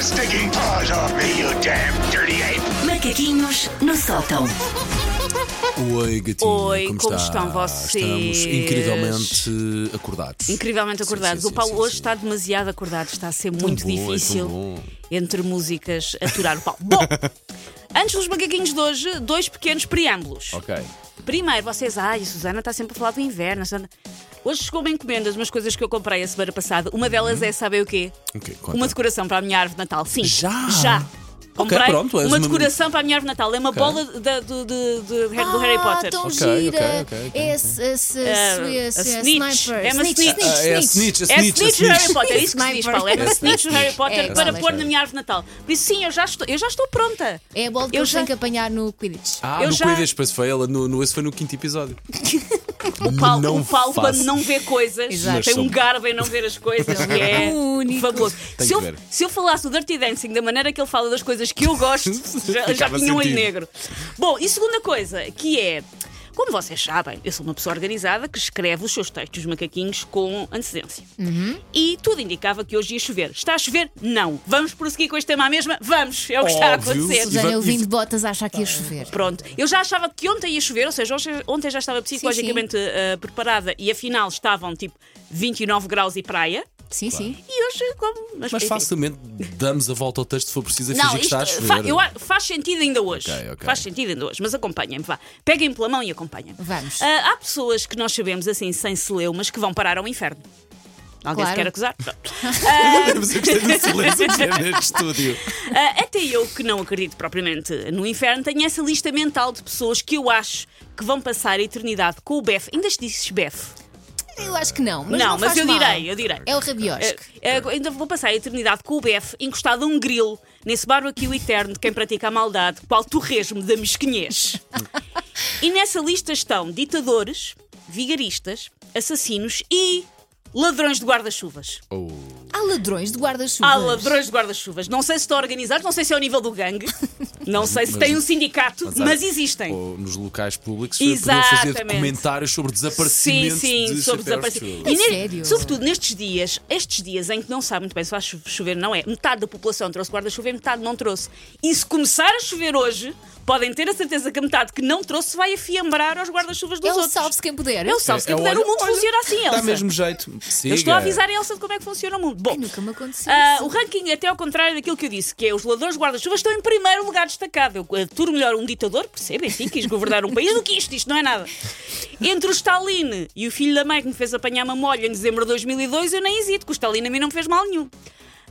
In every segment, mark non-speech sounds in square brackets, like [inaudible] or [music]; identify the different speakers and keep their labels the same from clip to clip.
Speaker 1: stinking paws off me, you damn dirty ape!
Speaker 2: Macaquinhos no sótão.
Speaker 3: Oi, gatinho.
Speaker 4: Oi,
Speaker 3: como,
Speaker 4: como
Speaker 3: está?
Speaker 4: estão vocês?
Speaker 3: Estamos incrivelmente acordados.
Speaker 4: Incrivelmente
Speaker 3: Sim,
Speaker 4: acordados.
Speaker 3: sim,
Speaker 4: o Paulo
Speaker 3: sim,
Speaker 4: hoje
Speaker 3: sim.
Speaker 4: está demasiado acordado, está a ser muito
Speaker 3: bom, é tão
Speaker 4: difícil
Speaker 3: bom.
Speaker 4: entre músicas aturar o Paulo. Bom,
Speaker 3: [laughs]
Speaker 4: antes dos macaquinhos de hoje, dois pequenos preâmbulos.
Speaker 3: Ok.
Speaker 4: Primeiro, vocês, ai, a Susana está sempre a falar do inverno. a Susana- Hoje chegou-me encomendas umas coisas que eu comprei a semana passada. Uma delas é, saber o quê?
Speaker 3: Uhum. O quê? Conta.
Speaker 4: Uma decoração para a minha árvore de Natal. Sim.
Speaker 3: Já?
Speaker 4: Já. Comprei
Speaker 3: pronto, és
Speaker 4: uma
Speaker 3: uma-
Speaker 4: decoração para a minha árvore de Natal. É uma bola da- do, do- do- do Harry
Speaker 5: ah,
Speaker 4: Potter.
Speaker 5: Tão
Speaker 3: Ok,
Speaker 5: gira.
Speaker 3: ok, ok, ok.
Speaker 5: Esse, esse,
Speaker 4: Ah,
Speaker 5: esse-
Speaker 4: a
Speaker 5: esse
Speaker 4: snitch.
Speaker 5: sniper.
Speaker 4: É uma snitch.
Speaker 3: Ah, é a snitch, a snitch,
Speaker 4: É
Speaker 3: a
Speaker 4: snitch do Harry Potter, é isso que se diz,
Speaker 5: Sniper.
Speaker 4: Paulo. É
Speaker 5: É
Speaker 4: uma snitch do Harry Potter
Speaker 5: É,
Speaker 4: para
Speaker 5: é,
Speaker 4: pôr
Speaker 3: é.
Speaker 4: na minha árvore de Natal. Por isso, sim, eu já estou, eu já estou pronta.
Speaker 5: É a bola que
Speaker 4: Eu
Speaker 5: eu
Speaker 4: já-
Speaker 5: tenho que apanhar no Quidditch.
Speaker 3: Ah,
Speaker 4: Eu
Speaker 3: no
Speaker 4: já-
Speaker 3: Quidditch, pois foi ela. No, no, esse foi no quinto episódio.
Speaker 4: [laughs] O Paulo,
Speaker 3: Não
Speaker 4: o Paulo
Speaker 3: faço.
Speaker 4: quando não vê coisas,
Speaker 3: Exato.
Speaker 4: tem
Speaker 3: Mas
Speaker 4: um
Speaker 3: sou-
Speaker 4: garbo em não ver as coisas
Speaker 3: [laughs]
Speaker 4: que é
Speaker 5: único.
Speaker 4: fabuloso.
Speaker 3: Tem
Speaker 4: Se
Speaker 3: que
Speaker 4: eu,
Speaker 3: ver.
Speaker 4: se eu falasse do Dirty Dancing da maneira que ele fala das coisas que
Speaker 3: [laughs]
Speaker 4: eu gosto, já, já
Speaker 3: Ficava
Speaker 4: tinha um olho
Speaker 3: sentido.
Speaker 4: negro. Bom, e segunda coisa, que é. Como vocês sabem, eu sou uma pessoa organizada que escreve os seus textos macaquinhos com antecedência. E tudo indicava que hoje ia chover. Está a chover? Não. Vamos prosseguir com este tema à mesma? Vamos. É o que está a
Speaker 3: Óbvio.
Speaker 4: acontecer.
Speaker 3: E va-
Speaker 5: Susana, eu
Speaker 3: e-
Speaker 5: vim de botas a achar que ia chover.
Speaker 4: Pronto, eu já achava que ontem ia chover, ou seja, hoje- ontem já estava psicologicamente eh, preparada e afinal estavam tipo 29 graus e praia.
Speaker 5: Sim, sim.
Speaker 4: E hoje, como.
Speaker 3: Mas
Speaker 4: enfim.
Speaker 3: facilmente damos a volta ao texto se for preciso a
Speaker 4: Não,
Speaker 3: fingir que
Speaker 4: isto
Speaker 3: está a chover. é?
Speaker 4: fa- eu a- faz sentido ainda hoje.
Speaker 3: Ok, ok.
Speaker 4: Faz sentido ainda hoje, mas acompanhem-me, vá. Peguem pela mão e acompanhem-me.
Speaker 5: Vamos.
Speaker 4: Ah, há pessoas que nós sabemos assim, sem celeumas, que vão parar ao inferno. Alguém se
Speaker 5: Claro.
Speaker 4: quer acusar? Pronto. Eh,
Speaker 3: Mas eu gostei
Speaker 4: [laughs]
Speaker 3: do silêncio que é neste estúdio.
Speaker 4: Ah, até eu, que não acredito propriamente no inferno, tenho essa lista mental de pessoas que eu acho que vão passar a eternidade com o BEF. Ainda dizes BEF?
Speaker 5: Eu acho que não. Mas
Speaker 4: não,
Speaker 5: não,
Speaker 4: mas
Speaker 5: faz
Speaker 4: eu
Speaker 5: mal.
Speaker 4: direi, eu direi.
Speaker 5: É o rabiosque.
Speaker 4: Eh, eh, ainda vou passar a eternidade com o BF encostado a um grilo, nesse barbecue eterno de quem pratica a maldade, qual torresmo da mesquinhez. e nessa lista estão ditadores, vigaristas, assassinos e ladrões de guarda-chuvas.
Speaker 5: Oh, Há ladrões de guarda-chuvas.
Speaker 4: Há ladrões de guarda-chuvas. Não sei se estão organizados, não sei se é ao nível do gangue, não sei se
Speaker 3: Mas-
Speaker 4: tem um sindicato, mas,
Speaker 3: há-
Speaker 4: existem.
Speaker 3: Ou nos locais públicos podiam fazer
Speaker 4: Exatamente.
Speaker 3: comentários sobre
Speaker 4: Sim,
Speaker 3: desaparecimento
Speaker 4: sim,
Speaker 3: de chapéus
Speaker 4: sobre desaparecer.
Speaker 3: de
Speaker 4: E
Speaker 5: chuva.
Speaker 4: ne-
Speaker 5: Sério?
Speaker 4: Sobretudo nestes dias, estes dias em que não sabe muito bem se vai cho- chover, não é? Metade da população trouxe guarda-chuva e metade não trouxe. E se começar a chover hoje, podem ter a certeza que a metade que não trouxe vai afiambrar aos guarda-chuvas dos
Speaker 5: É o
Speaker 4: outros.
Speaker 5: salve-se quem puder.
Speaker 4: É o salve-se quem puder.
Speaker 3: olha,
Speaker 4: O mundo
Speaker 3: olha,
Speaker 4: funciona assim, Elsa.
Speaker 3: Dá mesmo jeito. Siga.
Speaker 4: Eu estou a avisar a Elsa de como é que funciona o mundo. Bom,
Speaker 5: Ai, nunca me aconteceu
Speaker 4: ah,
Speaker 5: isso.
Speaker 4: o ranking, até ao contrário daquilo que eu disse, que é os ladrões de guarda-chuvas estão em primeiro lugar destacado. Eu aturo melhor um ditador, percebem? Sim, quis governar um país do que isto, isto não é nada. Entre o Stalin e o filho da mãe que me fez apanhar uma molha em dezembro de 2002, eu nem hesito, que o Stalin a mim não me fez mal nenhum.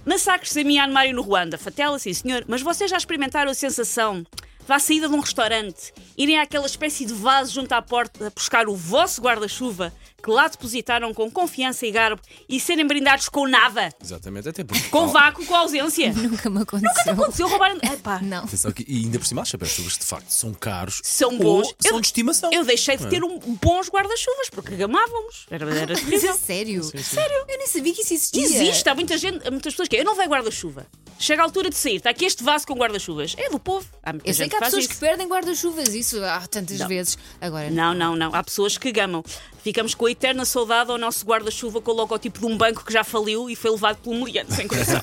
Speaker 4: Massacres em Myanmar e no Ruanda, fatela, sim senhor, mas vocês já experimentaram a sensação da saída de um restaurante, irem àquela espécie de vaso junto à porta a buscar o vosso guarda-chuva, que lá depositaram com confiança e garbo, e serem brindados com nada?
Speaker 3: Exatamente, até porque.
Speaker 4: Com vácuo, com ausência.
Speaker 5: [laughs] Nunca me aconteceu.
Speaker 4: Aconteceu roubar. um- Epá,
Speaker 5: Não.
Speaker 3: Atenção que- e ainda por cima, as chapéus chuvas de facto são caros.
Speaker 4: São
Speaker 3: ou
Speaker 4: bons.
Speaker 3: São
Speaker 4: Eu-
Speaker 3: de estimação. é?
Speaker 4: eu deixei
Speaker 5: é?
Speaker 4: de ter um bons guarda-chuvas porque gamávamos. Era, era
Speaker 5: Mas
Speaker 4: terrível.
Speaker 5: é sério? Sério? Eu nem sabia que isso existia.
Speaker 4: Existe, há muita gente, há muitas pessoas que. é, Eu não vejo guarda-chuva. Chega a altura de sair, está aqui este vaso com guarda-chuvas. É do povo. Há muita
Speaker 5: Eu sei
Speaker 4: gente
Speaker 5: que há
Speaker 4: faz
Speaker 5: pessoas
Speaker 4: isso.
Speaker 5: que perdem guarda-chuvas, isso há tantas vezes. Agora,
Speaker 4: Não, não, não. Há pessoas que gamam. Ficamos com a eterna saudade ao nosso guarda-chuva com o logotipo de um banco que já faliu e foi levado pelo meliante, sem coração.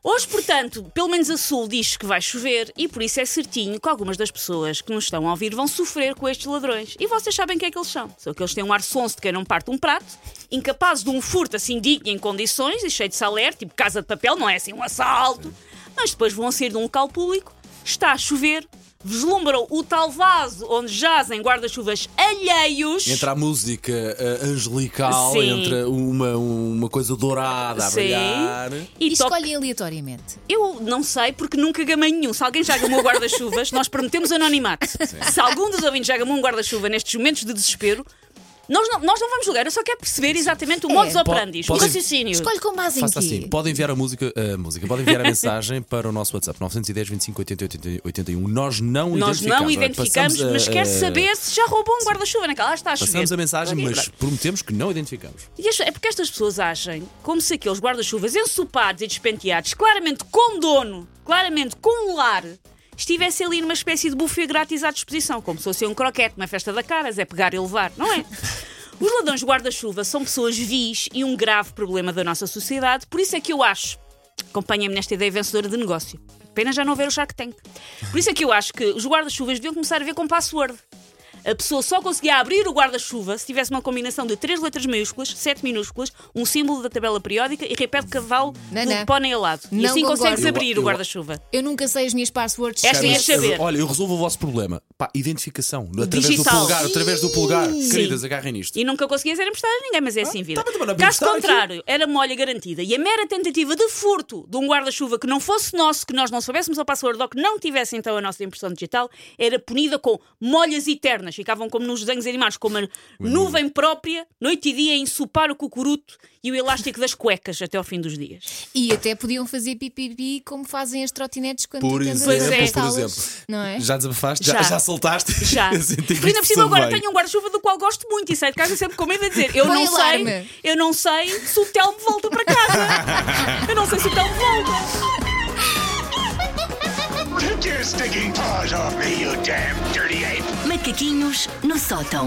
Speaker 4: Hoje, portanto, pelo menos a Sul diz que vai chover e por isso é certinho que algumas das pessoas que nos estão a ouvir vão sofrer com estes ladrões. E vocês sabem quem é que eles são. São aqueles que têm um ar sonso de quem não parte um prato, incapazes de um furto assim digno em condições e cheio de saler, tipo casa de papel, não é assim um assalto. Mas depois vão sair de um local público, está a chover, vislumbram o tal vaso onde jazem guarda-chuvas alheios.
Speaker 3: Entre a música eh, angelical,
Speaker 4: Sim.
Speaker 3: entre uma, uma coisa dourada a brilhar.
Speaker 4: Sim.
Speaker 5: e
Speaker 4: E toca
Speaker 5: escolhem aleatoriamente.
Speaker 4: Eu não sei porque nunca gamei nenhum. Se alguém já gamou guarda-chuvas, nós prometemos anonimato. Se algum dos ouvintes já gamou um guarda-chuva nestes momentos de desespero, nós não, nós não vamos julgar. Eu só quero perceber exatamente o
Speaker 5: É,
Speaker 4: modus
Speaker 5: po-
Speaker 4: operandi, o
Speaker 3: podem-
Speaker 4: raciocínio.
Speaker 5: Escolhe com base em
Speaker 3: Faça assim,
Speaker 5: quê?
Speaker 3: pode enviar a música, a música, pode enviar a mensagem [laughs] para o nosso WhatsApp 910 25 80 81. Nós não
Speaker 4: Nós
Speaker 3: identificamos,
Speaker 4: não
Speaker 3: é?
Speaker 4: identificamos,
Speaker 3: Passamos a-
Speaker 4: mas quero
Speaker 3: a- eh,
Speaker 4: saber se já roubou um guarda-chuva naquela. Ah, está a chover.
Speaker 3: Passamos a mensagem, mas prometemos que não identificamos.
Speaker 4: E as- É porque estas pessoas agem como se aqueles guarda-chuvas ensopados e despenteados, claramente com dono, claramente com lar, estivessem ali numa espécie de buffet grátis à disposição, como se fosse um croquete, uma festa da caras, é pegar e levar, não é? Os ladrões de guarda-chuva são pessoas vis e um grave problema da nossa sociedade, por isso é que eu acho Acompanhem-me nesta ideia vencedora de negócio. Pena já não ver o Shark Tank. Por isso é que eu acho que os guarda-chuvas deviam começar a ver com password. A pessoa só conseguia abrir o guarda-chuva se tivesse uma combinação de três letras maiúsculas, sete minúsculas, um símbolo da tabela periódica e repete cavalo
Speaker 5: Não,
Speaker 4: do
Speaker 5: não.
Speaker 4: pônei alado. E
Speaker 5: Né, Não
Speaker 4: assim
Speaker 5: concordo.
Speaker 4: consegues
Speaker 5: Eu-
Speaker 4: abrir
Speaker 3: eu-
Speaker 4: o guarda-chuva.
Speaker 5: Eu nunca sei as minhas passwords.
Speaker 4: Esta
Speaker 5: Sim.
Speaker 4: ia é saber.
Speaker 3: Olha, eu resolvo o vosso problema. Pá, identificação. Através
Speaker 4: Digital.
Speaker 3: do pulgar, através do pulgar.
Speaker 5: Sim.
Speaker 3: Queridas, agarrem nisto.
Speaker 4: E nunca conseguia ser emprestada a ninguém, mas é assim, vida.
Speaker 3: tá, mas também não podemos
Speaker 4: Caso
Speaker 3: estar aqui.
Speaker 4: contrário, era uma olha garantida. E a mera tentativa de furto de um guarda-chuva que não fosse nosso, que nós não soubéssemos a password ou que não tivesse então a nossa impressão digital, era punida com molhas eternas. Ficavam como nos desenhos animados, com uma nuvem própria, noite e dia, a ensopar o cucuruto e o elástico das cuecas até ao fim dos dias.
Speaker 5: E até podiam fazer pipipi como fazem as trotinetes quando
Speaker 3: Por
Speaker 5: tu tentas
Speaker 3: exemplo,
Speaker 4: Pois é.
Speaker 3: por
Speaker 5: arrastá-las,
Speaker 3: exemplo.
Speaker 5: Não é?
Speaker 3: Já desabafaste? Já,
Speaker 4: Já.
Speaker 3: já soltaste? [laughs]
Speaker 4: [laughs] Já.
Speaker 3: Eu senti que
Speaker 4: Ainda por
Speaker 3: isto
Speaker 4: cima, agora
Speaker 3: bem.
Speaker 4: tenho um guarda-chuva do qual gosto muito e saio de casa sempre com medo a dizer: Eu
Speaker 5: Vai
Speaker 4: não sei,
Speaker 5: alarme.
Speaker 4: eu não sei se o Telmo volta para
Speaker 5: [laughs]
Speaker 4: casa. Eu não sei se o Telmo volta.
Speaker 1: Take your stinking paws off me, you damn dirty ape!
Speaker 2: Macaquinhos no sótão.